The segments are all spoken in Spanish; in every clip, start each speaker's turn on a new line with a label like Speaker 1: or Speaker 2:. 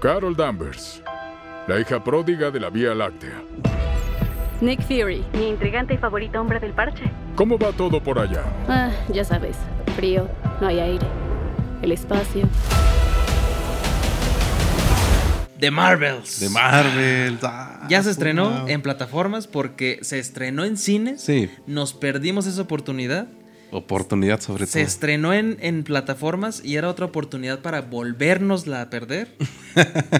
Speaker 1: Carol Danvers, la hija pródiga de la Vía Láctea.
Speaker 2: Nick Fury.
Speaker 3: Mi intrigante y favorito hombre del parche.
Speaker 1: ¿Cómo va todo por allá?
Speaker 2: Ah, ya sabes, frío, no hay aire, el espacio.
Speaker 4: The Marvels.
Speaker 5: De Marvel. ah,
Speaker 4: Ya se estrenó
Speaker 5: puta.
Speaker 4: en plataformas porque se estrenó en cines.
Speaker 5: Sí,
Speaker 4: Nos perdimos esa oportunidad.
Speaker 5: oportunidad sobre
Speaker 4: Se
Speaker 5: todo.
Speaker 4: estrenó en, en plataformas y era otra oportunidad para volvernosla a perder.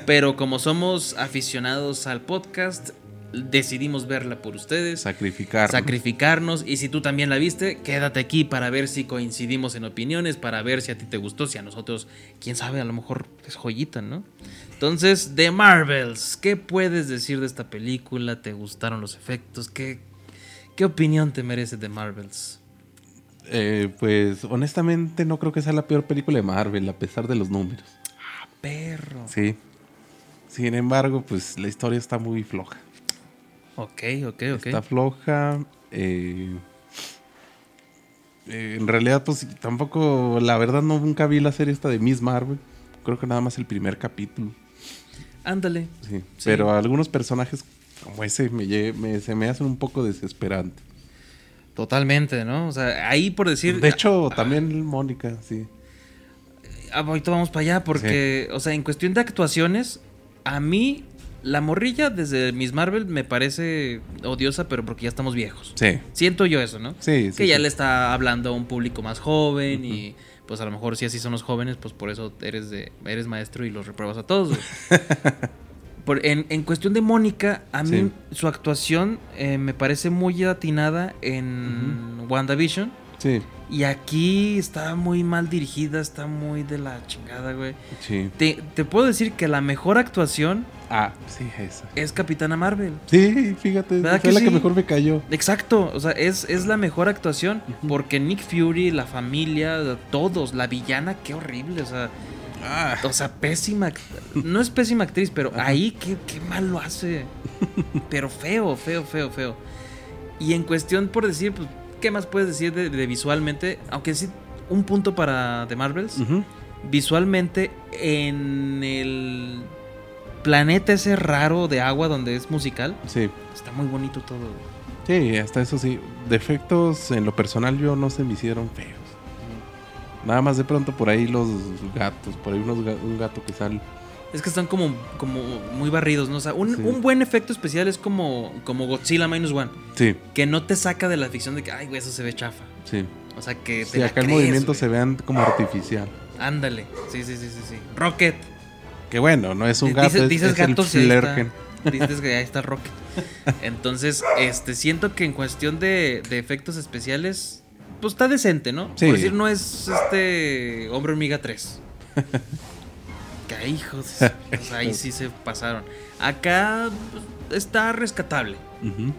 Speaker 4: Pero como somos aficionados al podcast, decidimos verla por ustedes.
Speaker 5: Sacrificar.
Speaker 4: sacrificarnos. Y si tú también la viste, quédate aquí para ver si coincidimos en opiniones, para ver si a ti te gustó, si a nosotros, quién sabe, a lo mejor es joyita, ¿no? Entonces, The Marvels, ¿qué puedes decir de esta película? ¿Te gustaron los efectos? ¿Qué, qué opinión te merece The Marvels?
Speaker 5: Eh, pues honestamente no creo que sea la peor película de Marvel, a pesar de los números.
Speaker 4: Perro.
Speaker 5: Sí. Sin embargo, pues la historia está muy floja.
Speaker 4: Ok, ok, ok.
Speaker 5: Está floja. eh, eh, en realidad, pues tampoco, la verdad, no, nunca vi la serie esta de Miss Marvel. Creo que nada más el primer capítulo.
Speaker 4: Ándale.
Speaker 5: Sí.
Speaker 4: Sí.
Speaker 5: Pero algunos personajes como ese me, lle- me- se me hacen un poco desesperante.
Speaker 4: Totalmente, ¿no? O sea, ahí por decir.
Speaker 5: De hecho, también Mónica, sí.
Speaker 4: Ah, Ahorita vamos para allá porque, o sea, en cuestión de actuaciones, a mí la morrilla desde Miss Marvel me parece odiosa, pero porque ya estamos viejos.
Speaker 5: Sí.
Speaker 4: Siento yo eso, ¿no?
Speaker 5: Sí, sí,
Speaker 4: que ya
Speaker 5: sí.
Speaker 4: le está hablando a un público más joven y pues a lo mejor si así son los jóvenes, pues por eso eres de eres maestro y los repruebas a todos. güey. Por- en, en cuestión de Mónica, a mí su actuación eh, me parece muy atinada en WandaVision.
Speaker 5: Sí.
Speaker 4: Y aquí está muy mal dirigida, está muy de la chingada, güey.
Speaker 5: Sí.
Speaker 4: Te, te puedo decir que la mejor actuación
Speaker 5: Ah, sí, esa.
Speaker 4: es Capitana Marvel.
Speaker 5: Sí, fíjate.
Speaker 4: ¿Verdad
Speaker 5: Fue
Speaker 4: que
Speaker 5: la que
Speaker 4: sí?
Speaker 5: mejor me cayó.
Speaker 4: Exacto, o sea, es, es la mejor actuación. Porque Nick Fury, la familia, todos, la villana, qué horrible, o sea,
Speaker 5: Ah,
Speaker 4: o sea pésima. act- No es pésima actriz, pero ahí qué, qué mal lo hace. Pero feo, feo, feo, feo. Y en cuestión, por decir, pues, ¿qué más puedes decir de, de visualmente? Aunque sí, un punto para The Marvels.
Speaker 5: ujú.
Speaker 4: visualmente en el planeta ese raro de agua donde es musical.
Speaker 5: Sí.
Speaker 4: Está muy bonito todo. güey.
Speaker 5: Sí, hasta eso sí. Defectos en lo personal yo no se me hicieron feos. Nada más de pronto por ahí los gatos, por ahí unos ga- un gato que sale.
Speaker 4: Es que están como, como muy barridos, ¿no? O sea, un,
Speaker 5: Sí.
Speaker 4: un buen efecto especial es como, como Godzilla Minus One,
Speaker 5: Sí,
Speaker 4: que no te saca de la ficción de que, ay, güey, eso se ve chafa.
Speaker 5: sí.
Speaker 4: O sea, que te
Speaker 5: Si
Speaker 4: la
Speaker 5: acá el
Speaker 4: crees,
Speaker 5: movimiento
Speaker 4: güey.
Speaker 5: se vean como artificial.
Speaker 4: Ándale. Sí, sí, sí, sí, sí. Rocket.
Speaker 5: Que bueno, no es un
Speaker 4: Di-
Speaker 5: gato,
Speaker 4: dices,
Speaker 5: es,
Speaker 4: dices
Speaker 5: es
Speaker 4: gato, sí, ahí
Speaker 5: el
Speaker 4: está.
Speaker 5: Flerken.
Speaker 4: Dices que ahí está Rocket. Entonces, este, siento que en cuestión de, de efectos especiales, pues está decente, ¿no?
Speaker 5: Sí.
Speaker 4: Por decir, no es este Hombre Hormiga 3. que hijos. pues, ahí sí se pasaron. Acá pues, está rescatable.
Speaker 5: Ujú.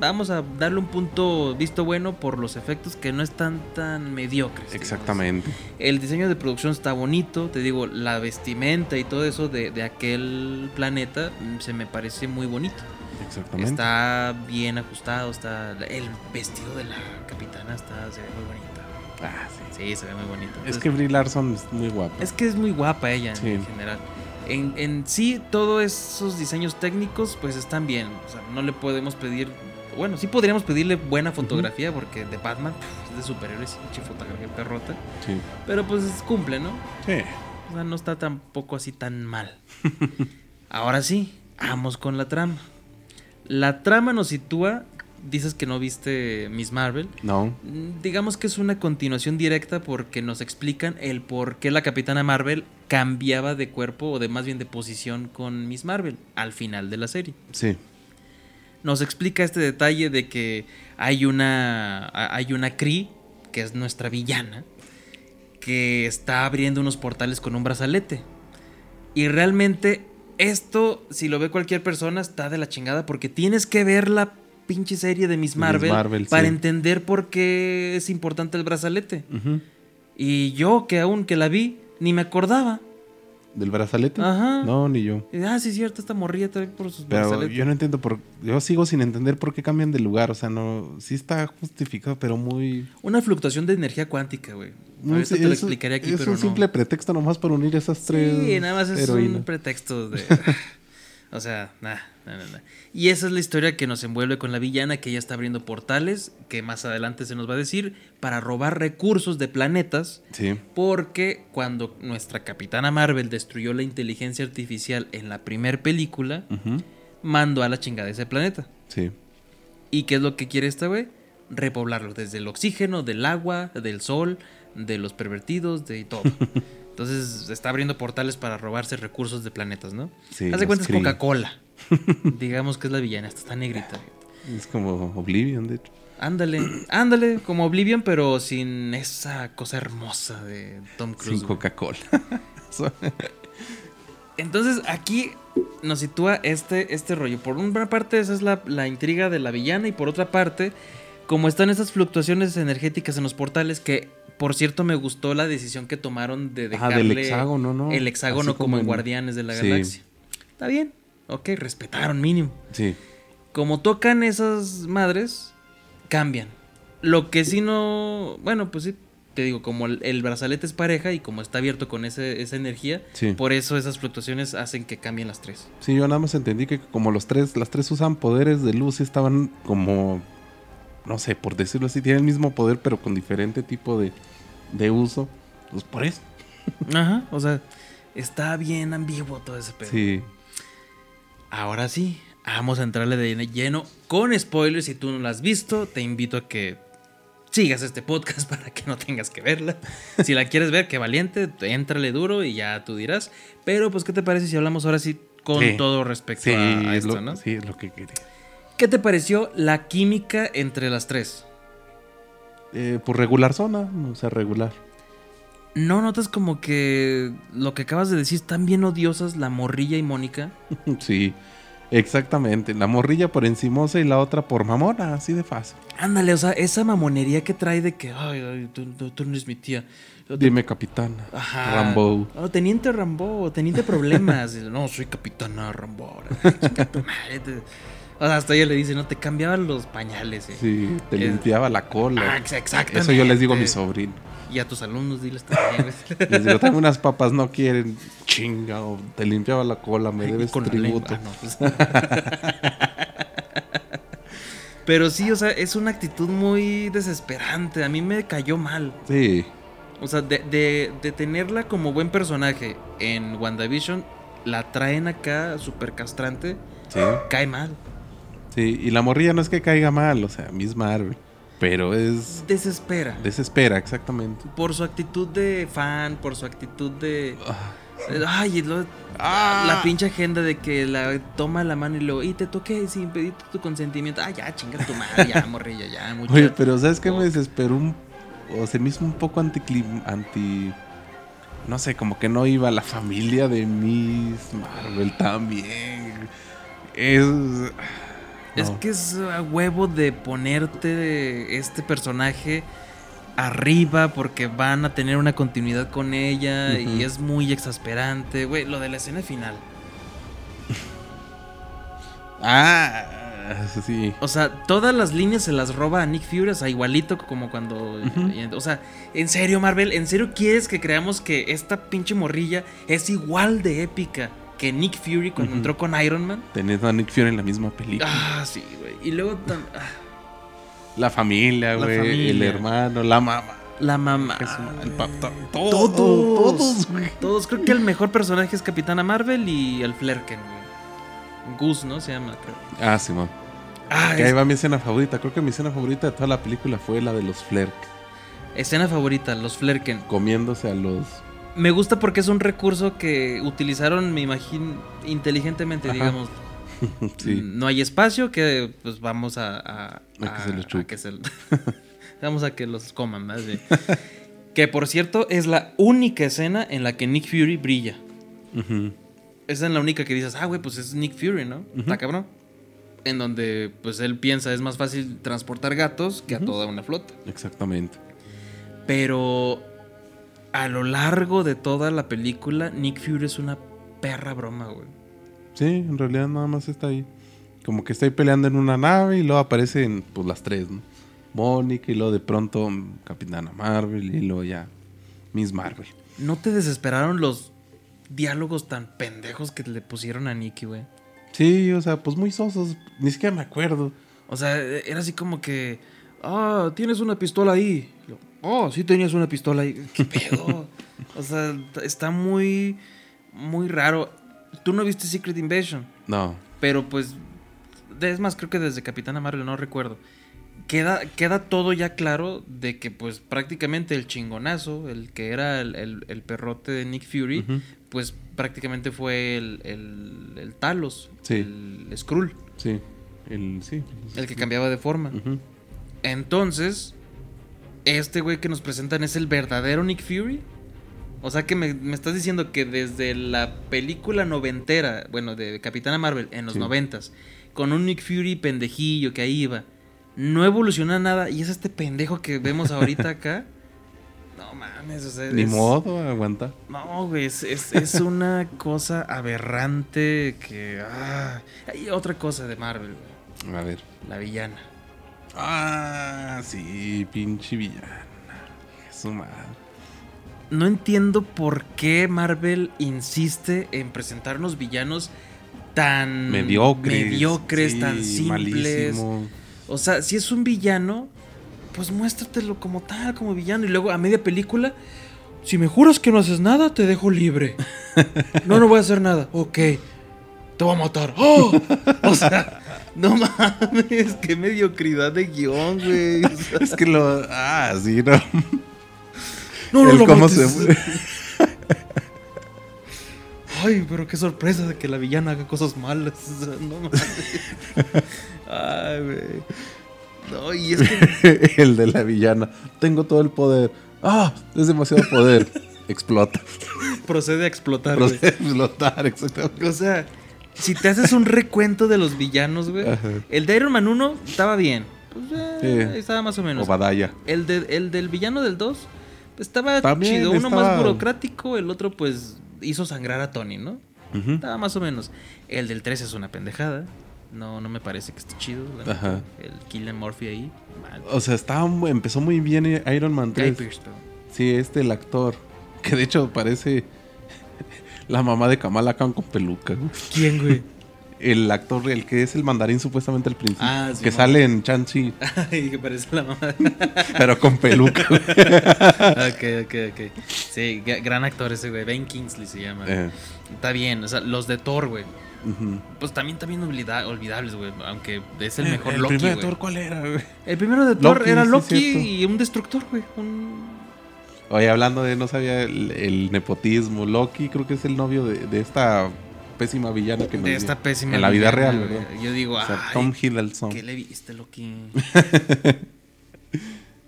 Speaker 4: Vamos a darle un punto visto bueno por los efectos que no están tan mediocres. digamos.
Speaker 5: Exactamente.
Speaker 4: El diseño de producción está bonito, te digo, la vestimenta y todo eso de, de aquel planeta mm, se me parece muy bonito.
Speaker 5: Exactamente.
Speaker 4: Está bien ajustado, está el vestido de la capitana está se ve muy bonito.
Speaker 5: Ah, sí.
Speaker 4: Sí, se ve muy bonito.
Speaker 5: Es
Speaker 4: Entonces,
Speaker 5: que Brie Larson es muy guapa.
Speaker 4: es que es muy guapa ella en-
Speaker 5: Sí.
Speaker 4: en general. En, en sí, todos esos diseños técnicos pues están bien. O sea, no le podemos pedir... Bueno, sí podríamos pedirle buena fotografía porque de Batman, pf, es de superhéroes, pinche fotografía perrota.
Speaker 5: Sí.
Speaker 4: Pero pues cumple, ¿no?
Speaker 5: Sí.
Speaker 4: O sea, no está tampoco así tan mal. Ahora sí, vamos con la trama. La trama nos sitúa, dices que no viste Miss Marvel.
Speaker 5: No.
Speaker 4: Mm, Digamos que es una continuación directa porque nos explican el por qué la Capitana Marvel cambiaba de cuerpo o de más bien de posición con Miss Marvel al final de la serie.
Speaker 5: Sí.
Speaker 4: Nos explica este detalle de que hay una a- hay una Cree que es nuestra villana que está abriendo unos portales con un brazalete. Y realmente esto si lo ve cualquier persona está de la chingada porque tienes que ver la pinche serie de Miss
Speaker 5: Miss
Speaker 4: Marvel,
Speaker 5: Marvel,
Speaker 4: para
Speaker 5: sí.
Speaker 4: entender por qué es importante el brazalete.
Speaker 5: Ujú.
Speaker 4: Y yo que aún que la vi ni me acordaba.
Speaker 5: ¿Del brazalete?
Speaker 4: Ajá.
Speaker 5: No, ni yo.
Speaker 4: Y, Ah, sí, es cierto, esta morrilla trae por sus
Speaker 5: Pero
Speaker 4: brazaletes.
Speaker 5: yo no entiendo por... Yo sigo sin entender por qué cambian de lugar. O sea, no... Sí está justificado, pero muy...
Speaker 4: Una fluctuación de energía cuántica, güey.
Speaker 5: muy
Speaker 4: Ahorita
Speaker 5: sí,
Speaker 4: te lo
Speaker 5: es-
Speaker 4: explicaré aquí,
Speaker 5: es
Speaker 4: pero
Speaker 5: un
Speaker 4: no.
Speaker 5: simple pretexto nomás para unir esas tres
Speaker 4: Sí, nada más es
Speaker 5: heroínas.
Speaker 4: un pretexto de... o sea, nah, nah, nah, nah. Y esa es la historia que nos envuelve con la villana que ya está abriendo portales, que más adelante se nos va a decir, para robar recursos de planetas.
Speaker 5: Sí.
Speaker 4: Porque cuando nuestra capitana Marvel destruyó la inteligencia artificial en la primer película,
Speaker 5: Ujú.
Speaker 4: mandó a la chingada ese planeta.
Speaker 5: Sí.
Speaker 4: ¿Y qué es lo que quiere esta güey? Repoblarlo desde el oxígeno, del agua, del sol, de los pervertidos, de todo. Entonces está abriendo portales para robarse recursos de planetas, ¿no?
Speaker 5: Sí,
Speaker 4: Haz
Speaker 5: los
Speaker 4: de cuenta es
Speaker 5: Kree.
Speaker 4: Coca-Cola. Digamos que es la villana, esta está negrita.
Speaker 5: Es como Oblivion, de hecho.
Speaker 4: Ándale, ándale, como Oblivion, pero sin esa cosa hermosa de Tom Cruise.
Speaker 5: Sin
Speaker 4: güey.
Speaker 5: Coca-Cola.
Speaker 4: Entonces aquí nos sitúa este, este rollo. Por una parte esa es la, la intriga de la villana y por otra parte, como están esas fluctuaciones energéticas en los portales, que por cierto me gustó la decisión que tomaron de
Speaker 5: Ah,
Speaker 4: dejarle
Speaker 5: del hexágono, ¿no?
Speaker 4: el hexágono
Speaker 5: Así
Speaker 4: como, en
Speaker 5: en-
Speaker 4: Guardianes de la
Speaker 5: Sí.
Speaker 4: Galaxia. Está bien, ok, respetaron mínimo.
Speaker 5: Sí.
Speaker 4: Como tocan esas madres, cambian. Lo que sí no. Bueno, pues sí, te digo, como el, el brazalete es pareja y como está abierto con ese- esa energía,
Speaker 5: Sí.
Speaker 4: por eso esas fluctuaciones hacen que cambien las tres.
Speaker 5: Sí, yo nada más entendí que como los tres, las tres usan poderes de luz y estaban como, no sé, por decirlo así, tienen el mismo poder pero con diferente tipo de, de uso. Pues por eso.
Speaker 4: Ajá, o sea, está bien ambiguo todo ese pedo.
Speaker 5: Sí.
Speaker 4: Ahora sí, vamos a entrarle de lleno con spoilers. Si tú no lo has visto, te invito a que sigas este podcast para que no tengas que verla. Si la quieres ver, qué valiente, éntrale duro y ya tú dirás. Pero, pues, ¿qué te parece si hablamos ahora sí con
Speaker 5: Sí.
Speaker 4: todo respecto
Speaker 5: Sí,
Speaker 4: a, a
Speaker 5: es
Speaker 4: esto,
Speaker 5: lo,
Speaker 4: no?
Speaker 5: sí, es lo que quería.
Speaker 4: ¿Qué te pareció la química entre las tres?
Speaker 5: Eh, por regular zona, o sea, regular.
Speaker 4: ¿No notas como que lo que acabas de decir están bien odiosas la morrilla y Mónica?
Speaker 5: sí, exactamente. La morrilla por encimosa y la otra por mamona, así de fácil.
Speaker 4: Ándale, o sea, esa mamonería que trae de que, ay, ay, tú, tú- tú no eres mi tía. Yo te-
Speaker 5: Dime capitana.
Speaker 4: Ajá.
Speaker 5: Rambo.
Speaker 4: Oh, teniente Rambo, teniente problemas. Y, no, soy capitana Rambo. Chica tu madre, te- O sea, hasta ella le dice, no, te cambiaban los pañales. eh".
Speaker 5: Sí, te
Speaker 4: Es-
Speaker 5: limpiaba la
Speaker 4: Ah,
Speaker 5: cola.
Speaker 4: ex- exactamente.
Speaker 5: Eso yo les digo a mis sobrinos.
Speaker 4: Y a tus alumnos, diles también. güey.
Speaker 5: Les digo, tengo unas papas, no quieren. Chinga, o te limpiaba la cola, me
Speaker 4: Y
Speaker 5: debes
Speaker 4: con la
Speaker 5: tributo.
Speaker 4: lengua, pues. ah, no. Pero sí, o sea, es una actitud muy desesperante. A mí me cayó mal.
Speaker 5: Sí,
Speaker 4: O sea, de, de- de tenerla como buen personaje en WandaVision, la traen acá súper castrante.
Speaker 5: sí,
Speaker 4: Cae mal.
Speaker 5: sí. Y la morrilla no es que caiga mal, o sea, Miss Marvel. Pero es.
Speaker 4: Desespera.
Speaker 5: Desespera, exactamente.
Speaker 4: por su actitud de fan, por su actitud de. Ay, y luego
Speaker 5: Ah.
Speaker 4: la pinche agenda de que la toma la mano y luego, y te toqué sin pedir tu consentimiento. Ah, ya, chinga tu madre, ya, morrillo, ya, mucho.
Speaker 5: Oye, pero ¿sabes qué me desesperó? Un, o se me hizo un poco anticlim, anti. No sé, como que no iba la familia de Miss Marvel también. Es.
Speaker 4: Es
Speaker 5: no.
Speaker 4: que es a huevo de ponerte este personaje arriba porque van a tener una continuidad con ella
Speaker 5: Ujú.
Speaker 4: y es muy exasperante. Güey, lo de la escena final.
Speaker 5: Ah, sí.
Speaker 4: O sea, todas las líneas se las roba a Nick Fury, o sea, igualito como cuando... eh, O sea, en serio, Marvel, ¿en serio quieres que creamos que esta pinche morrilla es igual de épica que Nick Fury cuando
Speaker 5: Ujú.
Speaker 4: entró con Iron Man?
Speaker 5: Tenés a Nick Fury en la misma película.
Speaker 4: Ah, sí, güey. Y luego tam- ah,
Speaker 5: La familia,
Speaker 4: La
Speaker 5: güey.
Speaker 4: familia.
Speaker 5: El hermano, la mamá.
Speaker 4: la mamá.
Speaker 5: que su ma- el papá. to-
Speaker 4: Todos.
Speaker 5: Todos. Todos, güey.
Speaker 4: Todos, creo que el mejor personaje es Capitana Marvel y el Flerken, güey. Gus, ¿no? Se llama, creo.
Speaker 5: Ah, sí, mamá.
Speaker 4: Ah,
Speaker 5: ahí
Speaker 4: es-
Speaker 5: va mi escena favorita. Creo que mi escena favorita de toda la película fue la de los Flerk.
Speaker 4: escena favorita, los Flerken.
Speaker 5: Comiéndose a los.
Speaker 4: Me gusta porque es un recurso que utilizaron, me imagino, inteligentemente,
Speaker 5: Ajá.
Speaker 4: digamos.
Speaker 5: sí.
Speaker 4: No hay espacio que pues vamos a... A,
Speaker 5: que se los chupe.
Speaker 4: que se lo- vamos a que los coman, más bien. que por cierto es la única escena en la que Nick Fury brilla. Mm.
Speaker 5: Ujú.
Speaker 4: Esa es la única que dices, ah, güey, pues es Nick Fury, ¿no? Está cabrón. En donde, pues él piensa es más fácil transportar gatos que a toda una flota.
Speaker 5: Exactamente.
Speaker 4: Pero a lo largo de toda la película, Nick Fury es una perra broma, güey.
Speaker 5: Sí, en realidad nada más está ahí. Como que está ahí peleando en una nave y luego aparecen pues las tres, ¿no? Mónica y luego de pronto mm, Capitana Marvel y luego ya Miss Marvel.
Speaker 4: ¿No te desesperaron los diálogos tan pendejos que le pusieron a Nicky, güey?
Speaker 5: Sí, o sea, pues muy sosos. Ni siquiera me acuerdo.
Speaker 4: O sea, era así como que, ah, tienes una pistola ahí. Yo, oh, sí tenías una pistola ahí. ¿Qué pedo? o sea, está muy, muy raro. Tú no viste Secret Invasion,
Speaker 5: No.
Speaker 4: pero pues, es más, creo que desde Capitana Marvel, no recuerdo. Queda, queda todo ya claro de que pues prácticamente el chingonazo, el que era el, el- el perrote de Nick Fury,
Speaker 5: Ujú.
Speaker 4: pues prácticamente fue el, el, el Talos,
Speaker 5: Sí.
Speaker 4: el Skrull,
Speaker 5: Sí. El, sí.
Speaker 4: el que cambiaba de forma.
Speaker 5: Ujú.
Speaker 4: Entonces, este güey que nos presentan es el verdadero Nick Fury. O sea que me, me estás diciendo que desde la película noventera, bueno, de Capitana Marvel en los
Speaker 5: Sí.
Speaker 4: noventas, con un Nick Fury pendejillo que ahí iba, no evoluciona nada y es este pendejo que vemos ahorita acá. No mames, o sea,
Speaker 5: Ni
Speaker 4: es-
Speaker 5: modo, aguanta.
Speaker 4: no, güey, es, es- es una cosa aberrante que... ah. Hay otra cosa de Marvel, güey,
Speaker 5: A ver.
Speaker 4: la villana.
Speaker 5: Ah, sí, pinche villana. Su madre.
Speaker 4: No entiendo por qué Marvel insiste en presentarnos villanos tan
Speaker 5: Mediocres.
Speaker 4: Mm, mediocres,
Speaker 5: sí,
Speaker 4: tan simples.
Speaker 5: malísimo.
Speaker 4: O sea, si es un villano, pues muéstratelo como tal, como villano. Y luego a media película, si me juras que no haces nada, te dejo libre. No, no voy a hacer nada. Ok, te voy a matar. ¡Oh! O sea, no mames, qué mediocridad de guión, güey. O sea,
Speaker 5: Es que lo. Ah, sí, no.
Speaker 4: No, no,
Speaker 5: El
Speaker 4: lo
Speaker 5: cómo
Speaker 4: mates.
Speaker 5: se-
Speaker 4: Ay, pero qué sorpresa de que la villana haga cosas malas. O sea, no mames. Ay, güey. No, y es que.
Speaker 5: el de la villana. Tengo todo el poder. Ah, es demasiado poder. Explota.
Speaker 4: procede a explotar, güey.
Speaker 5: Procede a Explotar, exactamente.
Speaker 4: O sea, si te haces un recuento de los villanos, güey.
Speaker 5: Ajá.
Speaker 4: El de Iron Man 1 estaba bien. Pues, eh,
Speaker 5: Sí.
Speaker 4: ahí estaba más o menos.
Speaker 5: Obadaya.
Speaker 4: El, de- el del villano del 2 estaba
Speaker 5: También
Speaker 4: chido. Uno más
Speaker 5: estaba-
Speaker 4: burocrático, el otro, pues, hizo sangrar a Tony, ¿no? Estaba más o menos. El del 3 es una pendejada. No, no me parece que esté chido. la
Speaker 5: Ajá. Oh,
Speaker 4: neta. El Killian Murphy ahí. mal.
Speaker 5: O sea, estaba, mu- empezó muy bien eh, Iron Man
Speaker 4: Guy
Speaker 5: 3.
Speaker 4: Pearce, perdón.
Speaker 5: Sí, este, el actor. Que de hecho parece la mamá de Kamala Khan con peluca. güey.
Speaker 4: ¿Quién, güey?
Speaker 5: El actor, el que es el mandarín supuestamente al principio.
Speaker 4: Ah, sí,
Speaker 5: que
Speaker 4: mamá.
Speaker 5: sale en Chanchi,
Speaker 4: Ay, que parece la mamá.
Speaker 5: pero con peluca. güey.
Speaker 4: ok, ok, ok. Sí, ga- gran actor ese, güey. Ben Kingsley se llama.
Speaker 5: Eh,
Speaker 4: Está bien. O sea, los de Thor, güey.
Speaker 5: ujú.
Speaker 4: Pues también, también olvida- olvidables, güey. Aunque es el
Speaker 5: Eh,
Speaker 4: mejor Loki,
Speaker 5: primer
Speaker 4: güey.
Speaker 5: actor, ¿cuál era, güey?
Speaker 4: El primero de Thor
Speaker 5: Loki,
Speaker 4: era
Speaker 5: sí,
Speaker 4: Loki
Speaker 5: cierto.
Speaker 4: y un destructor, güey. Un...
Speaker 5: Oye, hablando de, no sabía el, el nepotismo. Loki creo que es el novio de, de esta pésima villana que nos
Speaker 4: De
Speaker 5: dio.
Speaker 4: esta pésima.
Speaker 5: En la vida
Speaker 4: villana,
Speaker 5: real,
Speaker 4: güey.
Speaker 5: ¿verdad?
Speaker 4: Yo digo,
Speaker 5: O sea,
Speaker 4: ay,
Speaker 5: Tom Hiddleston.
Speaker 4: ¿qué le viste, Loki?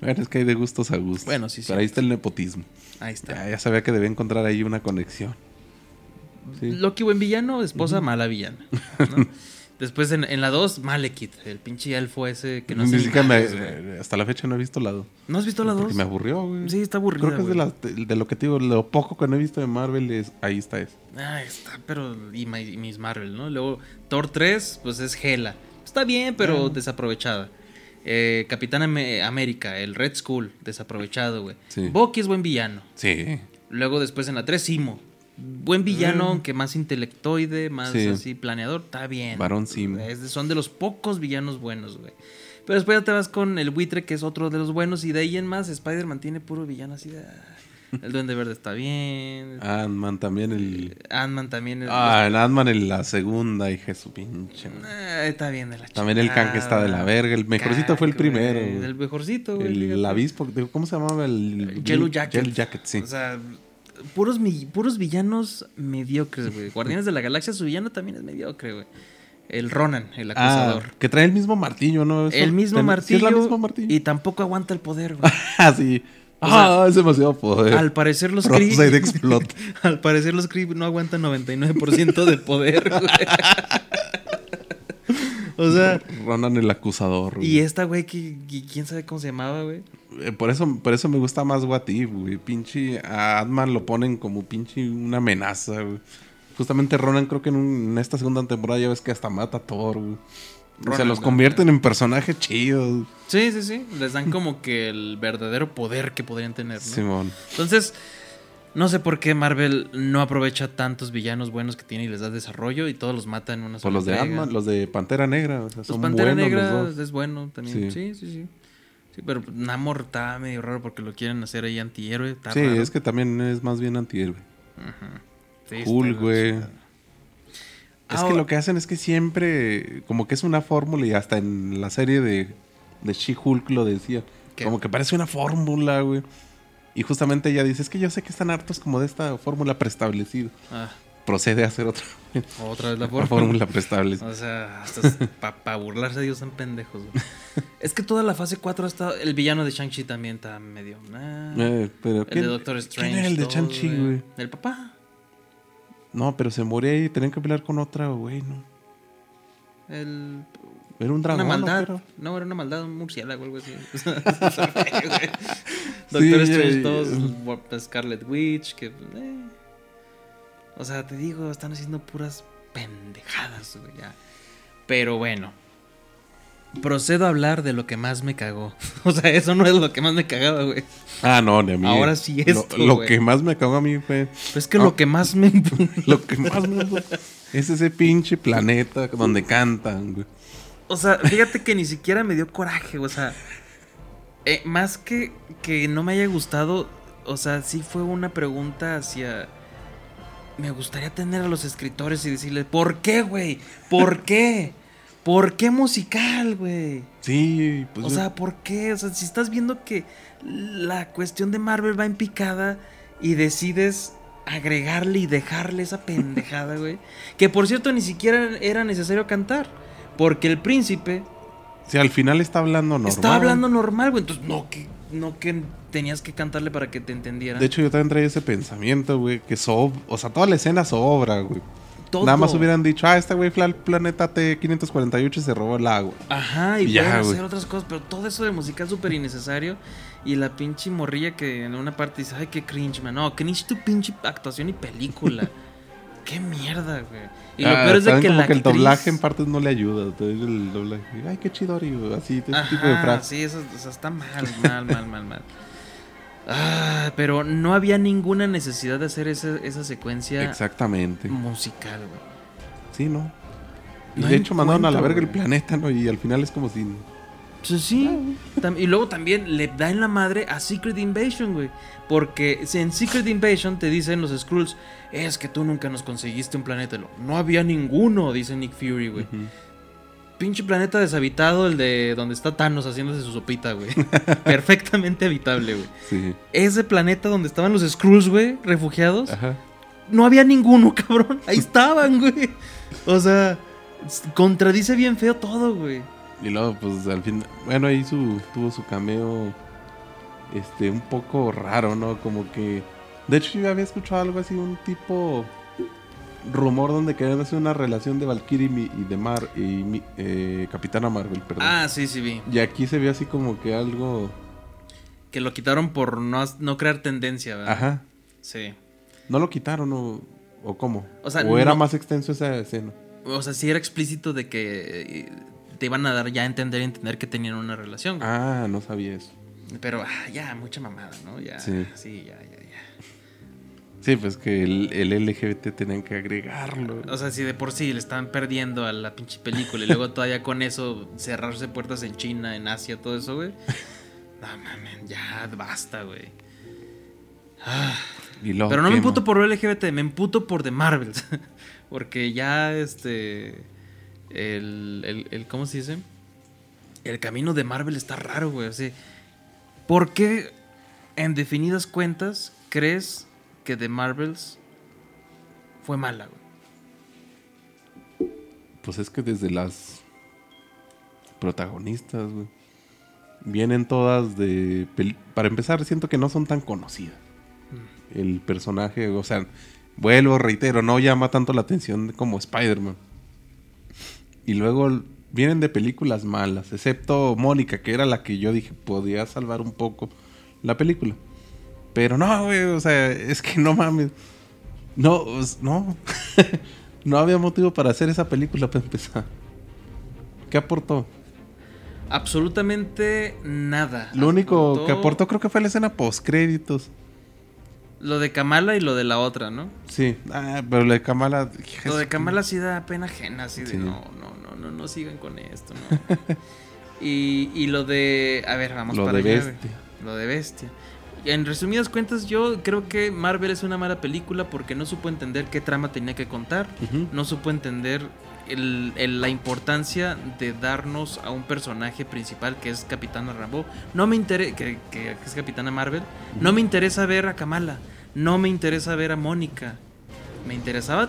Speaker 5: Bueno, es que hay de gustos a gustos.
Speaker 4: Bueno, sí, sí.
Speaker 5: Pero ahí está el nepotismo.
Speaker 4: Ahí está.
Speaker 5: Ya, ya sabía que debía encontrar ahí una conexión. Sí.
Speaker 4: Loki buen villano, esposa mala villana. ¿no? Después en, en la 2, Malekith, el pinche elfo ese que no
Speaker 5: Ni
Speaker 4: hace
Speaker 5: siquiera me- eh,
Speaker 4: milagros, güey.
Speaker 5: hasta la fecha no he visto la 2.
Speaker 4: ¿No has visto la 2?
Speaker 5: Porque me aburrió, güey.
Speaker 4: Sí, está aburrida,
Speaker 5: Creo que es de, las- de- de lo que te digo, lo poco que no he visto de Marvel es. Ahí está eso.
Speaker 4: Ah, está, pero... Y, Ma- y Miss Marvel, ¿no? Luego Thor 3, pues es Hela. Está bien,
Speaker 5: Ah.
Speaker 4: pero desaprovechada. Eh, Capitán Ame- América, el Red Skull, desaprovechado, güey.
Speaker 5: Sí.
Speaker 4: Bucky es buen villano.
Speaker 5: Sí.
Speaker 4: Luego después en la 3, Simo. Buen villano, aunque más intelectoide, más
Speaker 5: Mm. Sí.
Speaker 4: así planeador, está bien.
Speaker 5: Varón Simo.
Speaker 4: Es de- son de los pocos villanos buenos, güey. Pero después ya te vas con el buitre, que es otro de los buenos, y de ahí en más, Spider-Man tiene puro villano así de... ah, El Duende Verde está bien.
Speaker 5: Ant-Man también
Speaker 4: Eh,
Speaker 5: el.
Speaker 4: Ant-Man también es...
Speaker 5: Ah, en Ant-Man en la segunda, y Jesús pinche. madre.
Speaker 4: Ah, está bien de la
Speaker 5: También el Kang está de la verga. El mejorcito fue el
Speaker 4: Kang, güey,
Speaker 5: primero.
Speaker 4: El mejorcito, güey.
Speaker 5: El,
Speaker 4: fíjate.
Speaker 5: avispo, digo, ¿cómo se llamaba? El
Speaker 4: Yellow Jacket.
Speaker 5: Yellow Jacket, sí.
Speaker 4: O sea, puros, mi- puros villanos mediocres, güey. Guardianes de la Galaxia, su villano también es mediocre, güey. El Ronan, el
Speaker 5: Ah,
Speaker 4: acusador.
Speaker 5: que trae el mismo martillo, ¿no? Eso-
Speaker 4: el mismo
Speaker 5: ten- sí
Speaker 4: martillo,
Speaker 5: es la misma martillo.
Speaker 4: Y tampoco aguanta el poder, güey.
Speaker 5: Ah, sí.
Speaker 4: O sea,
Speaker 5: Ah, es demasiado poder.
Speaker 4: Al parecer los Kree.
Speaker 5: Procede, explota.
Speaker 4: Al parecer los Kree no aguantan 99% de poder, güey. O sea,
Speaker 5: Ronan el acusador. güey.
Speaker 4: y esta güey que que quién sabe cómo se llamaba, güey.
Speaker 5: Eh, Por eso, por eso me gusta más Watif, güey. Pinche a Atman lo ponen como pinche una amenaza, güey. Justamente Ronan creo que en, un- en esta segunda temporada ya ves que hasta mata a Thor, güey. o sea,
Speaker 4: Ronan,
Speaker 5: los
Speaker 4: ¿no?
Speaker 5: convierten en personajes chidos,
Speaker 4: Sí, sí, sí. Les dan como que el verdadero poder que podrían tener, ¿no?
Speaker 5: Simón.
Speaker 4: Entonces, no sé por qué Marvel no aprovecha tantos villanos buenos que tiene y les da desarrollo y todos los mata en una
Speaker 5: Por Pues los de
Speaker 4: entrega.
Speaker 5: Atman, los de Pantera Negra, o sea,
Speaker 4: Pues
Speaker 5: son
Speaker 4: Pantera
Speaker 5: buenos
Speaker 4: Negra
Speaker 5: los dos.
Speaker 4: es bueno también. Sí.
Speaker 5: Sí.
Speaker 4: sí, sí, sí. pero Namor está medio raro porque lo quieren hacer ahí antihéroe. Está
Speaker 5: Sí,
Speaker 4: raro.
Speaker 5: es que también es más bien antihéroe.
Speaker 4: Sí, está
Speaker 5: Cool,
Speaker 4: raro,
Speaker 5: güey.
Speaker 4: sí.
Speaker 5: Es
Speaker 4: Ahora-
Speaker 5: que lo que hacen es que siempre, como que es una fórmula, y hasta en la serie de, de She-Hulk lo decía,
Speaker 4: ¿Qué?
Speaker 5: como que parece una fórmula, güey. Y justamente ella dice, es que yo sé que están hartos como de esta fórmula preestablecida.
Speaker 4: Ah,
Speaker 5: Procede a hacer otra
Speaker 4: otra vez la fórmula.
Speaker 5: otra fórmula preestablecida.
Speaker 4: O sea, hasta para burlarse de ellos son pendejos. güey. es que toda la fase 4 hasta el villano de Shang-Chi también está medio. nah.
Speaker 5: Eh, pero
Speaker 4: el
Speaker 5: ¿quién-
Speaker 4: de Doctor Strange.
Speaker 5: ¿Quién era el de
Speaker 4: todo,
Speaker 5: Chanchi, güey?
Speaker 4: El papá.
Speaker 5: No, pero se moría y tenían que pelear con otra, güey, no.
Speaker 4: El,
Speaker 5: Era un dragón.
Speaker 4: una
Speaker 5: ¿no?
Speaker 4: maldad.
Speaker 5: Pero-
Speaker 4: No, era una maldad, un murciélago o algo así. O sea,
Speaker 5: Sí,
Speaker 4: Doctor
Speaker 5: eh,
Speaker 4: Strange 2, Scarlet Witch, que. eh. O sea, te digo, están haciendo puras pendejadas, güey. ya. Pero bueno. Procedo a hablar de lo que más me cagó. O sea, eso no es lo que más me cagaba, güey.
Speaker 5: Ah, no, ni a mí.
Speaker 4: Ahora sí
Speaker 5: Lo-
Speaker 4: esto,
Speaker 5: Lo,
Speaker 4: güey.
Speaker 5: que más me cagó a mí fue...
Speaker 4: Pero es que
Speaker 5: Ah.
Speaker 4: lo que más me.
Speaker 5: Lo que más me es ese pinche planeta donde cantan, güey.
Speaker 4: O sea, fíjate que ni siquiera me dio coraje, o sea. eh, más que que no me haya gustado, o sea, sí fue una pregunta hacia. Me gustaría tener a los escritores y decirles, ¿por qué, güey? ¿Por qué? ¿Por qué musical, güey?
Speaker 5: Sí, pues.
Speaker 4: o
Speaker 5: yo-
Speaker 4: sea, ¿por qué? O sea, si estás viendo que la cuestión de Marvel va en picada y decides agregarle y dejarle esa pendejada, güey. Que por cierto ni siquiera era necesario cantar. Porque el príncipe
Speaker 5: si al final está hablando normal.
Speaker 4: estaba hablando normal, güey. Entonces, no que, no que tenías que cantarle para que te entendiera.
Speaker 5: De hecho, yo también traía ese pensamiento, güey, que sob... O sea, toda la escena sobra, güey.
Speaker 4: Todo.
Speaker 5: Nada más hubieran dicho, ah, este güey fue al planeta T548 y se robó el agua.
Speaker 4: Ajá, y
Speaker 5: Ya,
Speaker 4: pueden hacer
Speaker 5: güey.
Speaker 4: otras cosas, pero todo eso de musical súper innecesario. Y la pinche morrilla que en una parte dice, ay, qué cringe, man. No, cringe tu pinche actuación y película. qué mierda, güey. Y lo
Speaker 5: Ah,
Speaker 4: peor es de
Speaker 5: saben
Speaker 4: que
Speaker 5: como
Speaker 4: la
Speaker 5: que el
Speaker 4: actriz-
Speaker 5: doblaje en partes no le ayuda. te digo, El doblaje, ay, qué chidori, güey, así, ese
Speaker 4: Ajá,
Speaker 5: tipo de frases.
Speaker 4: sí, eso, o sea, está mal, mal, mal, mal, mal. Ah, pero no había ninguna necesidad de hacer esa, esa secuencia
Speaker 5: Exactamente.
Speaker 4: musical, güey.
Speaker 5: Sí, ¿no? Y
Speaker 4: Mm. No
Speaker 5: de hecho mandaron a la verga
Speaker 4: encuentro,
Speaker 5: el
Speaker 4: güey.
Speaker 5: planeta, ¿no? Y al final es como si...
Speaker 4: Pues sí. Tam- y luego también le da en la madre a Secret Invasion, güey. Porque si en Secret Invasion te dicen los Skrulls, es que tú nunca nos conseguiste un planeta. Lo- No había ninguno, dice Nick Fury, güey. Pinche planeta deshabitado, el de donde está Thanos haciéndose su sopita, güey. Perfectamente habitable, güey.
Speaker 5: Sí.
Speaker 4: Ese planeta donde estaban los Skrulls, güey, refugiados,
Speaker 5: Ajá.
Speaker 4: no había ninguno, cabrón. Ahí estaban, güey. O sea, s- contradice bien feo todo, güey.
Speaker 5: Y luego, pues al fin. Bueno, ahí su, tuvo su cameo. Este, un poco raro, ¿no? Como que. De hecho, yo había escuchado algo así, un tipo. Rumor donde querían hacer una relación de Valkyrie y, mi- y de Mar. Y mi- eh, Capitana Marvel, perdón.
Speaker 4: Ah, sí, sí, vi.
Speaker 5: Y aquí se ve así como que algo.
Speaker 4: Que lo quitaron por no, as- no crear tendencia, ¿verdad?
Speaker 5: Ajá.
Speaker 4: Sí.
Speaker 5: No lo quitaron o, o cómo.
Speaker 4: O sea,
Speaker 5: era
Speaker 4: no-
Speaker 5: más extenso esa escena.
Speaker 4: O sea, sí era explícito de que eh, te iban a dar ya a entender y entender que tenían una relación. güey.
Speaker 5: Ah, no sabía eso.
Speaker 4: Pero ah, ya, mucha mamada, ¿no? Ya,
Speaker 5: Sí.
Speaker 4: sí, ya, ya, ya.
Speaker 5: Sí, pues que el, el LGBT tenían que agregarlo.
Speaker 4: O sea, si de por sí le estaban perdiendo a la pinche película y luego todavía con eso cerrarse puertas en China, en Asia, todo eso, güey. No mames, ya basta, güey.
Speaker 5: Y luego,
Speaker 4: Pero no me
Speaker 5: ¿qué,
Speaker 4: emputo por lo LGBT, me emputo por The Marvels. Porque ya este. El, el, el- ¿Cómo se dice? El camino de Marvel está raro, güey. Así. ¿Por qué, en definidas cuentas, crees que The Marvels fue mala, güey?
Speaker 5: Pues es que desde las protagonistas, güey. Vienen todas de... pel- Para empezar, siento que no son tan conocidas. El personaje, o sea, vuelvo, reitero, no llama tanto la atención como Spider-Man. Y luego vienen de películas malas, excepto Mónica, que era la que yo dije podía salvar un poco la película. Pero no, güey, o sea, es que no mames. No, os- no. no había motivo para hacer esa película para empezar. ¿Qué aportó?
Speaker 4: Absolutamente nada.
Speaker 5: Lo único que
Speaker 4: Ah, Aportó
Speaker 5: aportó creo que fue la escena post créditos.
Speaker 4: Lo de Kamala y lo de la otra, ¿no?
Speaker 5: Sí, ah, pero la de Kamala. hija,
Speaker 4: Lo de
Speaker 5: su-
Speaker 4: Kamala sí da pena ajena, así de
Speaker 5: Sí.
Speaker 4: no, no, no, no, no sigan con esto, no. y, y lo de. A ver, vamos
Speaker 5: Lo
Speaker 4: para
Speaker 5: de
Speaker 4: allá, güey.
Speaker 5: Bestia.
Speaker 4: Lo de bestia. Y En resumidas cuentas, yo creo que Marvel es una mala película porque no supo entender qué trama tenía que contar.
Speaker 5: Ujú.
Speaker 4: No supo entender el- el- la importancia de darnos a un personaje principal que es Capitana Rambo. No me interesa. Que, que- que es Capitana Marvel. No me interesa ver a Kamala. No me interesa ver a Mónica. Me interesaba.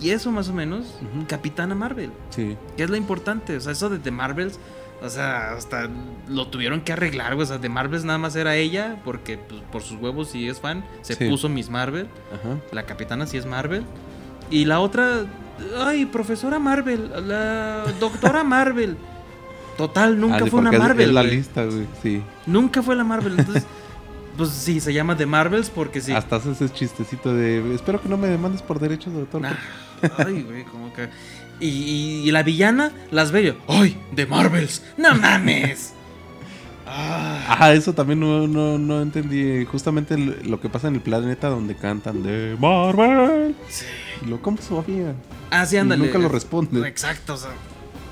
Speaker 4: Y eso más o menos,
Speaker 5: Ujú.
Speaker 4: Capitana Marvel.
Speaker 5: Sí.
Speaker 4: Que es lo importante. O sea, eso de The Marvels. O sea, hasta lo tuvieron que arreglar. güey, O sea, The Marvels nada más era ella. Porque pues, por sus huevos, si es fan, se
Speaker 5: Sí.
Speaker 4: puso Miss Marvel.
Speaker 5: Ajá.
Speaker 4: La capitana sí es Marvel. Y la otra. Ay, profesora Marvel. La doctora Marvel. Total, nunca
Speaker 5: Ah, sí,
Speaker 4: fue una
Speaker 5: porque es-
Speaker 4: Marvel.
Speaker 5: Es la
Speaker 4: güey.
Speaker 5: lista, güey. Sí.
Speaker 4: Nunca fue la Marvel. Entonces, pues sí, se llama The Marvels porque sí. Ah,
Speaker 5: Hasta haces ese chistecito de. Espero que no me demandes por derechos de autor.
Speaker 4: Ah, ay, güey, como que. Y, y- y la villana, las veo. yo, ¡Ay! ¡De Marvels! ¡No mames! Ah,
Speaker 5: Ah, eso también no, no, no entendí. Justamente el- lo que pasa en el planeta donde cantan de Marvel.
Speaker 4: sí.
Speaker 5: Y lo compras sabía.
Speaker 4: Ah, sí,
Speaker 5: Y
Speaker 4: ándale.
Speaker 5: nunca lo responde.
Speaker 4: Exacto, o sea,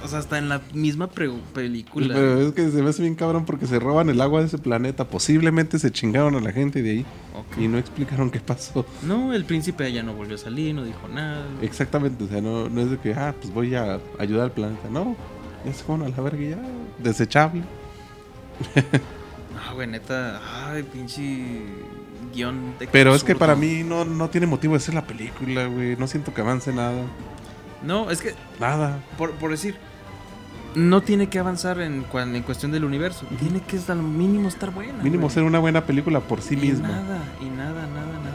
Speaker 4: o sea, hasta en la misma pre- película.
Speaker 5: Pero es que se me hace bien cabrón porque se roban el agua de ese planeta. Posiblemente se chingaron a la gente de ahí
Speaker 4: Ok.
Speaker 5: y no explicaron qué pasó.
Speaker 4: No, el príncipe ya no volvió a salir, no dijo nada.
Speaker 5: Exactamente, o sea, no, no es de que, ah, pues voy a ayudar al planeta. No, ya se fueron a la verga y ya. Desechable.
Speaker 4: No, güey, neta. Ay, pinche guión de
Speaker 5: Pero es que
Speaker 4: absurdo.
Speaker 5: para mí no, no tiene motivo de ser la película, güey. No siento que avance nada.
Speaker 4: No, es que,
Speaker 5: Nada.
Speaker 4: por, por decir, no tiene que avanzar en, cuan- en cuestión del universo. Tiene que estar, mínimo estar buena. Ah,
Speaker 5: Mínimo
Speaker 4: güey.
Speaker 5: ser una buena película por sí
Speaker 4: Y
Speaker 5: misma.
Speaker 4: nada, y nada, nada, nada.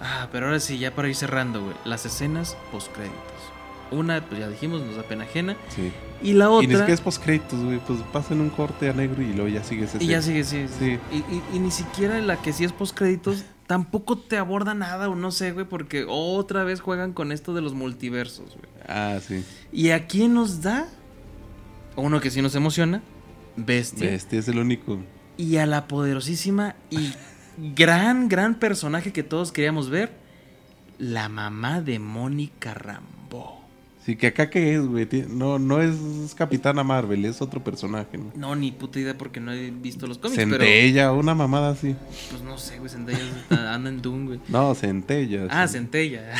Speaker 4: Ah, pero ahora sí, ya para ir cerrando, güey. Las escenas postcréditos. Una, pues ya dijimos, nos da pena ajena.
Speaker 5: Sí.
Speaker 4: Y la
Speaker 5: Y ni
Speaker 4: otra.
Speaker 5: siquiera es post-créditos, güey. Pues pasan un corte a negro y luego ya sigues ese.
Speaker 4: Y ya sigue, sí. sí.
Speaker 5: Sí.
Speaker 4: Y, y- y ni siquiera la que sí es postcréditos tampoco te aborda nada, o no sé, güey, porque otra vez juegan con esto de los multiversos, güey.
Speaker 5: Ah, sí.
Speaker 4: ¿Y a quién nos da? A Uno que sí nos emociona, Bestia.
Speaker 5: Este es el único.
Speaker 4: Y a la poderosísima y gran, gran personaje que todos queríamos ver, la mamá de Mónica Rambo.
Speaker 5: Sí, que acá que es, güey. Ti- No, no es Capitana Marvel, es otro personaje, ¿no?
Speaker 4: No, ni puta idea porque no he visto los cómics, pero
Speaker 5: Centella, una mamada así.
Speaker 4: pues no sé, güey, Zendaya está- anda en Doom, güey.
Speaker 5: No, Centella.
Speaker 4: Ah,
Speaker 5: sí.
Speaker 4: Centella.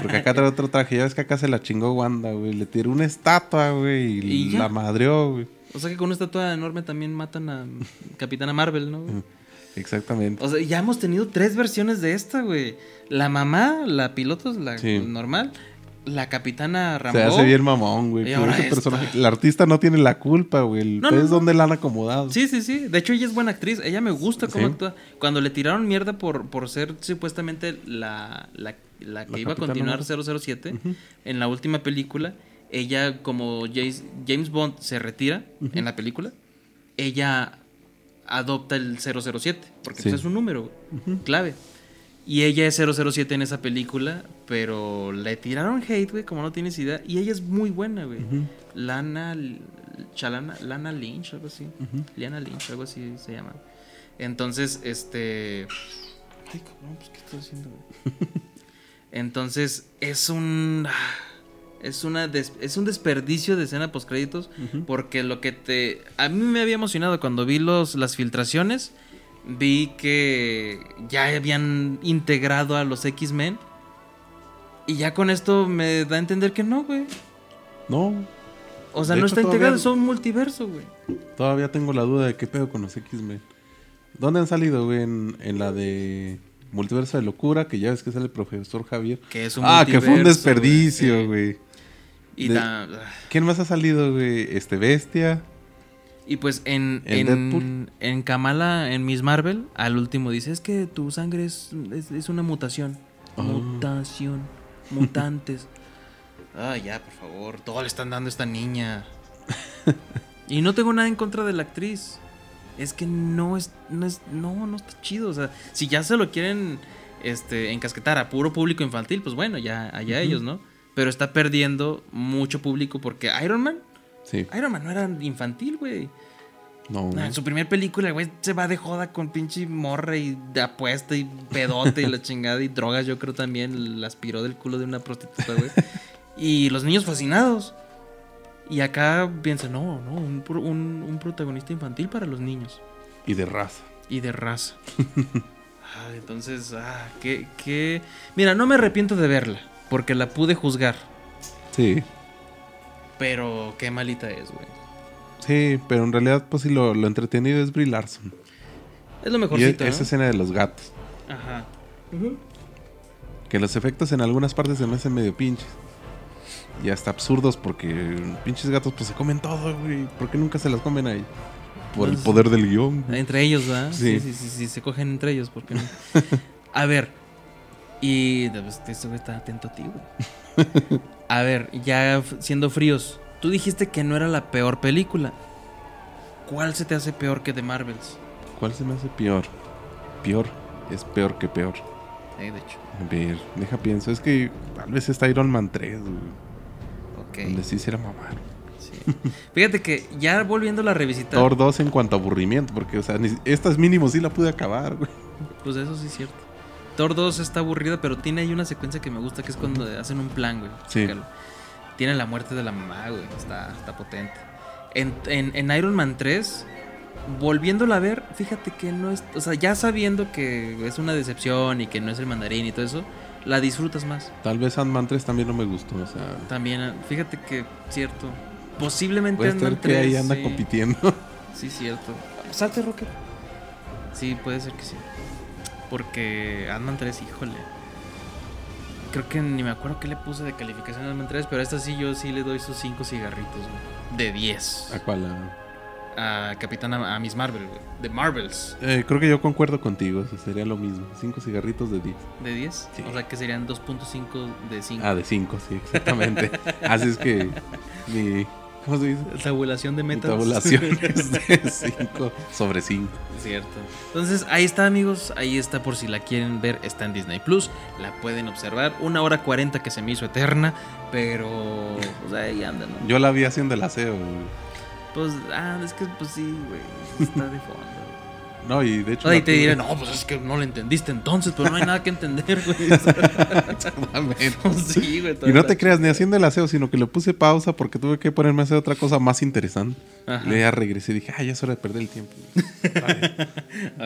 Speaker 5: Porque acá trae otro traje. Ya ves que acá se la chingó Wanda, güey. Le tiró una estatua, güey. Y,
Speaker 4: ¿Y ya?
Speaker 5: la madreó, güey.
Speaker 4: O sea que con una estatua enorme también matan a Capitana Marvel, ¿no?
Speaker 5: Mm.
Speaker 4: güey?
Speaker 5: Exactamente.
Speaker 4: O sea, ya hemos tenido tres versiones de esta, güey. La mamá, la piloto, la
Speaker 5: Sí.
Speaker 4: normal, la Capitana Rambo.
Speaker 5: Se hace bien mamón, güey.
Speaker 4: Y
Speaker 5: Pero
Speaker 4: ahora
Speaker 5: ese
Speaker 4: esta.
Speaker 5: personaje. El artista no tiene la culpa, güey. El
Speaker 4: No,
Speaker 5: pedo
Speaker 4: no,
Speaker 5: es
Speaker 4: no.
Speaker 5: donde la han acomodado.
Speaker 4: Sí, sí, sí. De hecho, ella es buena actriz. Ella me gusta cómo
Speaker 5: Sí.
Speaker 4: actúa. Cuando le tiraron mierda por, por ser supuestamente la, la, la que
Speaker 5: La
Speaker 4: iba a
Speaker 5: Capitana
Speaker 4: continuar
Speaker 5: Marvel.
Speaker 4: 007 en la última película, ella, como James, James Bond se retira en la película, ella adopta el 007, porque
Speaker 5: Sí.
Speaker 4: pues, es un número güey, clave. Y ella es 007 en esa película, pero le tiraron hate, güey, como no tienes idea. Y ella es muy buena, güey. Lana. L- Chalana, Lana Lynch, algo así. Liana Lynch, algo así se llama. Entonces, este. Ay, cabrón, pues, ¿qué estoy haciendo, güey? Entonces, es un. Es, una des- es un desperdicio de escena postcréditos. Porque lo que te. A mí me había emocionado cuando vi los, las filtraciones. Vi que ya habían integrado a los X-Men. Y ya con esto me da a entender que no, güey.
Speaker 5: No,
Speaker 4: O sea,
Speaker 5: De
Speaker 4: no
Speaker 5: hecho,
Speaker 4: está integrado,
Speaker 5: todavía-
Speaker 4: son multiverso, güey.
Speaker 5: Todavía tengo la duda de qué pedo con los X-Men. ¿Dónde han salido, güey? En, en la de Multiverso de Locura, que ya ves que sale el profesor Javier.
Speaker 4: Que es un
Speaker 5: ah, que fue un
Speaker 4: multiverso,
Speaker 5: desperdicio,
Speaker 4: güey, sí.
Speaker 5: güey.
Speaker 4: Y, ah.
Speaker 5: De-
Speaker 4: ta-
Speaker 5: ¿Quién más ha salido, güey? Este Bestia.
Speaker 4: y pues en,
Speaker 5: ¿En
Speaker 4: en,
Speaker 5: Deadpool?
Speaker 4: en Kamala, en Miss Marvel, al último dice, es que tu sangre es, es, es una mutación. Mutación. Mutantes. ah, ya, por favor. Todo le están dando a esta niña. Y no tengo nada en contra de la actriz. Es que no es, no es- no, no está chido. O sea, si ya se lo quieren este, encasquetar a puro público infantil, pues bueno, ya allá ellos, ¿no? Pero está perdiendo mucho público porque Iron Man,
Speaker 5: Sí.
Speaker 4: Iron Man no era infantil, güey.
Speaker 5: No.
Speaker 4: Ah, En su primer película, el güey, se va de joda con pinche morra y de apuesta y pedote y la chingada y drogas, yo creo también. La aspiró del culo de una prostituta, güey. Y los niños fascinados. Y acá piensan, no, no, un, pro- un- un protagonista infantil para los niños
Speaker 5: Y de raza.
Speaker 4: y de raza. Ah, entonces, ah, qué, qué. Mira, no me arrepiento de verla porque la pude juzgar,
Speaker 5: Sí.
Speaker 4: pero qué malita es, güey.
Speaker 5: Sí, pero en realidad, pues sí, lo, lo entretenido es Brie Larson.
Speaker 4: Es lo
Speaker 5: Y
Speaker 4: mejorcito,
Speaker 5: e- esa
Speaker 4: ¿no?
Speaker 5: escena de los gatos.
Speaker 4: Ajá.
Speaker 5: Que los efectos en algunas partes se me hacen medio pinches. Y hasta absurdos porque pinches gatos pues se comen todo, güey. ¿Por qué nunca se las comen ahí? Por el
Speaker 4: Pues-
Speaker 5: poder del guión. güey.
Speaker 4: Entre ellos, ¿verdad? Sí.
Speaker 5: Sí.
Speaker 4: Sí, sí, sí, se cogen entre ellos, ¿por qué no? A ver. Y pues, este güey está atento a ti, güey. A ver, ya f- siendo fríos, tú dijiste que no era la peor película. ¿Cuál se te hace peor que The Marvels?
Speaker 5: ¿Cuál se me hace peor? Peor. Es peor que peor.
Speaker 4: Eh, de hecho.
Speaker 5: A ver, deja pienso. Es que tal vez está Iron Man 3, güey.
Speaker 4: Ok.
Speaker 5: Donde sí hiciera mamar.
Speaker 4: Sí. Fíjate que ya volviéndola a revisitar,
Speaker 5: Thor 2 en cuanto a aburrimiento. Porque, o sea, ni- estas mínimo sí la pude acabar, güey.
Speaker 4: pues eso sí es cierto. Thor 2 está aburrida, pero tiene ahí una secuencia que me gusta, que es cuando hacen un plan, güey.
Speaker 5: Sí.
Speaker 4: Chécalo. Tiene la muerte de la mamá, güey. Está, está potente. En, en- en Iron Man 3, volviéndola a ver, fíjate que no es... O sea, ya sabiendo que es una decepción y que no es el mandarín y todo eso, la disfrutas más.
Speaker 5: Tal vez Ant-Man 3 también no me gustó. O sea,
Speaker 4: También, fíjate que, cierto, posiblemente
Speaker 5: puede
Speaker 4: Ant-Man
Speaker 5: estar que ahí
Speaker 4: 3,
Speaker 5: anda
Speaker 4: sí.
Speaker 5: compitiendo.
Speaker 4: Sí, cierto. Salte, Rocket. Sí, puede ser que sí. Porque Ant-Man 3, híjole. Creo que ni me acuerdo qué le puse de calificación a Ant-Man 3, pero a esta sí yo sí le doy sus 5 cigarritos, güey. De 10.
Speaker 5: ¿A cuál? A-
Speaker 4: A Capitana, a Miss Marvel, güey. De Marvels.
Speaker 5: Eh, creo que yo concuerdo contigo. o sea, sería lo mismo. 5 cigarritos de 10.
Speaker 4: De 10.
Speaker 5: Sí.
Speaker 4: O sea que serían 2.5 de 5.
Speaker 5: Ah, de 5, sí, exactamente. Así es que mi. ¿Cómo se dice?
Speaker 4: Tabulación de
Speaker 5: Mi
Speaker 4: metas.
Speaker 5: tabulación es de 5 sobre 5.
Speaker 4: Cierto. Entonces, ahí está, amigos. Ahí está por si la quieren ver. Está en Disney Plus. La pueden observar. Una hora cuarenta que se me hizo eterna. Pero. Pues ahí anda, ¿no?
Speaker 5: Yo la vi haciendo el aseo. güey.
Speaker 4: Pues, ah, es que pues sí, güey. Está de fondo. güey.
Speaker 5: No, y de hecho.
Speaker 4: Ahí
Speaker 5: la
Speaker 4: te
Speaker 5: tuve-
Speaker 4: dirán, no, pues es que no lo entendiste entonces, pero no hay nada que entender, güey.
Speaker 5: Exactamente.
Speaker 4: Pues sí, güey.
Speaker 5: Y
Speaker 4: toda
Speaker 5: no
Speaker 4: la-
Speaker 5: te creas, ni haciendo el aseo, sino que le puse pausa porque tuve que ponerme a hacer otra cosa más interesante.
Speaker 4: Ajá.
Speaker 5: Le ya regresé y dije, ah, ya es hora de perder el tiempo. Vale.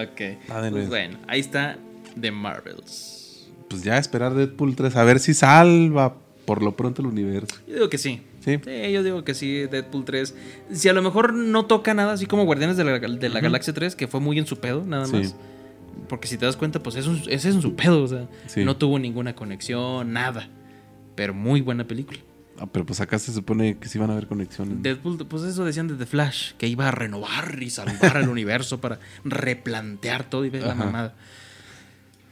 Speaker 4: Ok.
Speaker 5: Ah, de
Speaker 4: Pues
Speaker 5: nuevo.
Speaker 4: bueno, ahí está The Marvels.
Speaker 5: pues ya esperar Deadpool 3, a ver si salva por lo pronto el universo.
Speaker 4: Yo digo que sí.
Speaker 5: Sí.
Speaker 4: Sí, yo digo que sí, Deadpool 3. Si a lo mejor no toca nada, así como Guardianes de la, de la Galaxia 3, que fue muy en su pedo, nada
Speaker 5: Sí.
Speaker 4: más. Porque si te das cuenta, pues es un- ese es en su pedo, o sea,
Speaker 5: Sí.
Speaker 4: no tuvo ninguna conexión, nada. Pero muy buena película.
Speaker 5: Ah, pero pues acá se supone que sí van a haber conexiones.
Speaker 4: Deadpool, pues eso decían de The Flash, que iba a renovar y salvar al universo para replantear todo y ver la
Speaker 5: Ajá.
Speaker 4: mamada.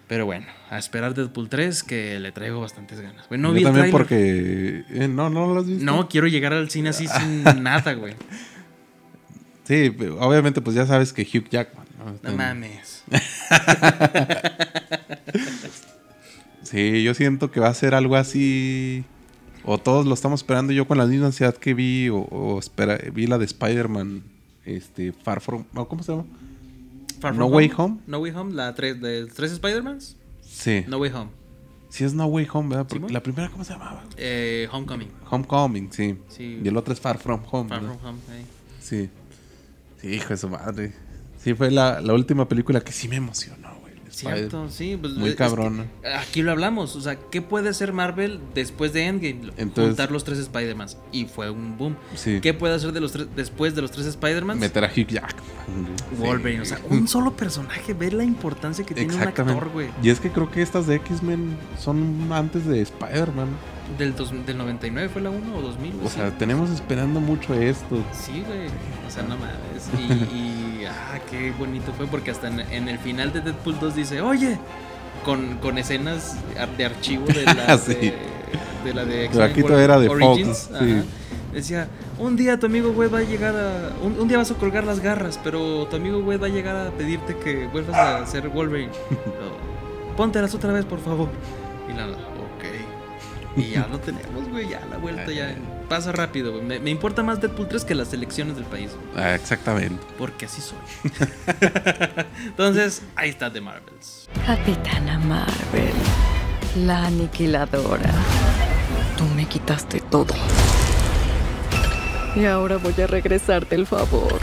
Speaker 4: Pero bueno, a esperar Deadpool 3, que le traigo bastantes ganas. Güey, no
Speaker 5: Yo
Speaker 4: vi el
Speaker 5: también
Speaker 4: tráiler.
Speaker 5: porque... eh, no, no las viste.
Speaker 4: No, quiero llegar al cine así sin nada, güey.
Speaker 5: Sí, pero obviamente pues ya sabes que Hugh Jackman. No, Está
Speaker 4: No
Speaker 5: en-
Speaker 4: mames.
Speaker 5: Sí, yo siento que va a ser algo así... O todos lo estamos esperando yo con la misma ansiedad que vi o, o espera, vi la de Spider-Man, este, Far From... no, ¿Cómo se llama?
Speaker 4: Far
Speaker 5: No
Speaker 4: From
Speaker 5: Way Home.
Speaker 4: No Way Home, la tres, de tres Spider-Mans.
Speaker 5: Sí.
Speaker 4: No Way Home.
Speaker 5: Sí es No Way Home, ¿verdad? Porque
Speaker 4: Simón.
Speaker 5: la primera, ¿cómo se llamaba?
Speaker 4: Eh, Homecoming.
Speaker 5: Homecoming, sí.
Speaker 4: Sí.
Speaker 5: Y el otro es Far From Home.
Speaker 4: Far
Speaker 5: ¿no?
Speaker 4: From Home. ahí.
Speaker 5: Sí. Sí, hijo de su madre. Sí, fue la, la última película que sí me emocionó, güey. el Spider-
Speaker 4: Cierto, sí. pues,
Speaker 5: Muy
Speaker 4: es
Speaker 5: cabrón.
Speaker 4: que aquí lo hablamos. O sea, ¿qué puede hacer Marvel después de Endgame? Lo-
Speaker 5: Entonces-
Speaker 4: Juntar los tres Spider-Mans. Y fue un boom.
Speaker 5: Sí.
Speaker 4: ¿Qué puede hacer de los tres, después de los tres Spider-Mans?
Speaker 5: Meter a Hugh Jackman. güey. Sí.
Speaker 4: Wolverine. O sea, un solo personaje. Ver la importancia que tiene un
Speaker 5: Exactamente.
Speaker 4: actor, güey.
Speaker 5: y es que creo que estas de X-Men son antes de Spider-Man.
Speaker 4: Del, dos- del 99 fue la 1 o 2000.
Speaker 5: O
Speaker 4: güey, sí.
Speaker 5: sea, tenemos esperando mucho esto.
Speaker 4: Sí, güey. O sea, no mames. Y, y, ah, qué bonito fue porque hasta en, en el final de Deadpool 2 dice, oye, con, con escenas ar- de archivo de la
Speaker 5: Sí.
Speaker 4: de, de la de
Speaker 5: Pero aquí
Speaker 4: X-Men
Speaker 5: todavía era de
Speaker 4: Origins,
Speaker 5: Fox, sí.
Speaker 4: ajá, Decía, un día tu amigo güey va a llegar a... Un, un día vas a colgar las garras, pero tu amigo güey va a llegar a pedirte que vuelvas a ser Wolverine. Pero, Póntelas otra vez, por favor. Y la... Ok. Y ya lo tenemos, güey, ya la vuelta, ya. Pasa rápido, güey. Me, me importa más Deadpool 3 que las elecciones del país, güey,
Speaker 5: Ah, exactamente.
Speaker 4: porque así soy. Entonces, ahí está The Marvels.
Speaker 6: Capitana Marvel, la aniquiladora. Tú me quitaste todo. Y ahora voy a regresarte el favor.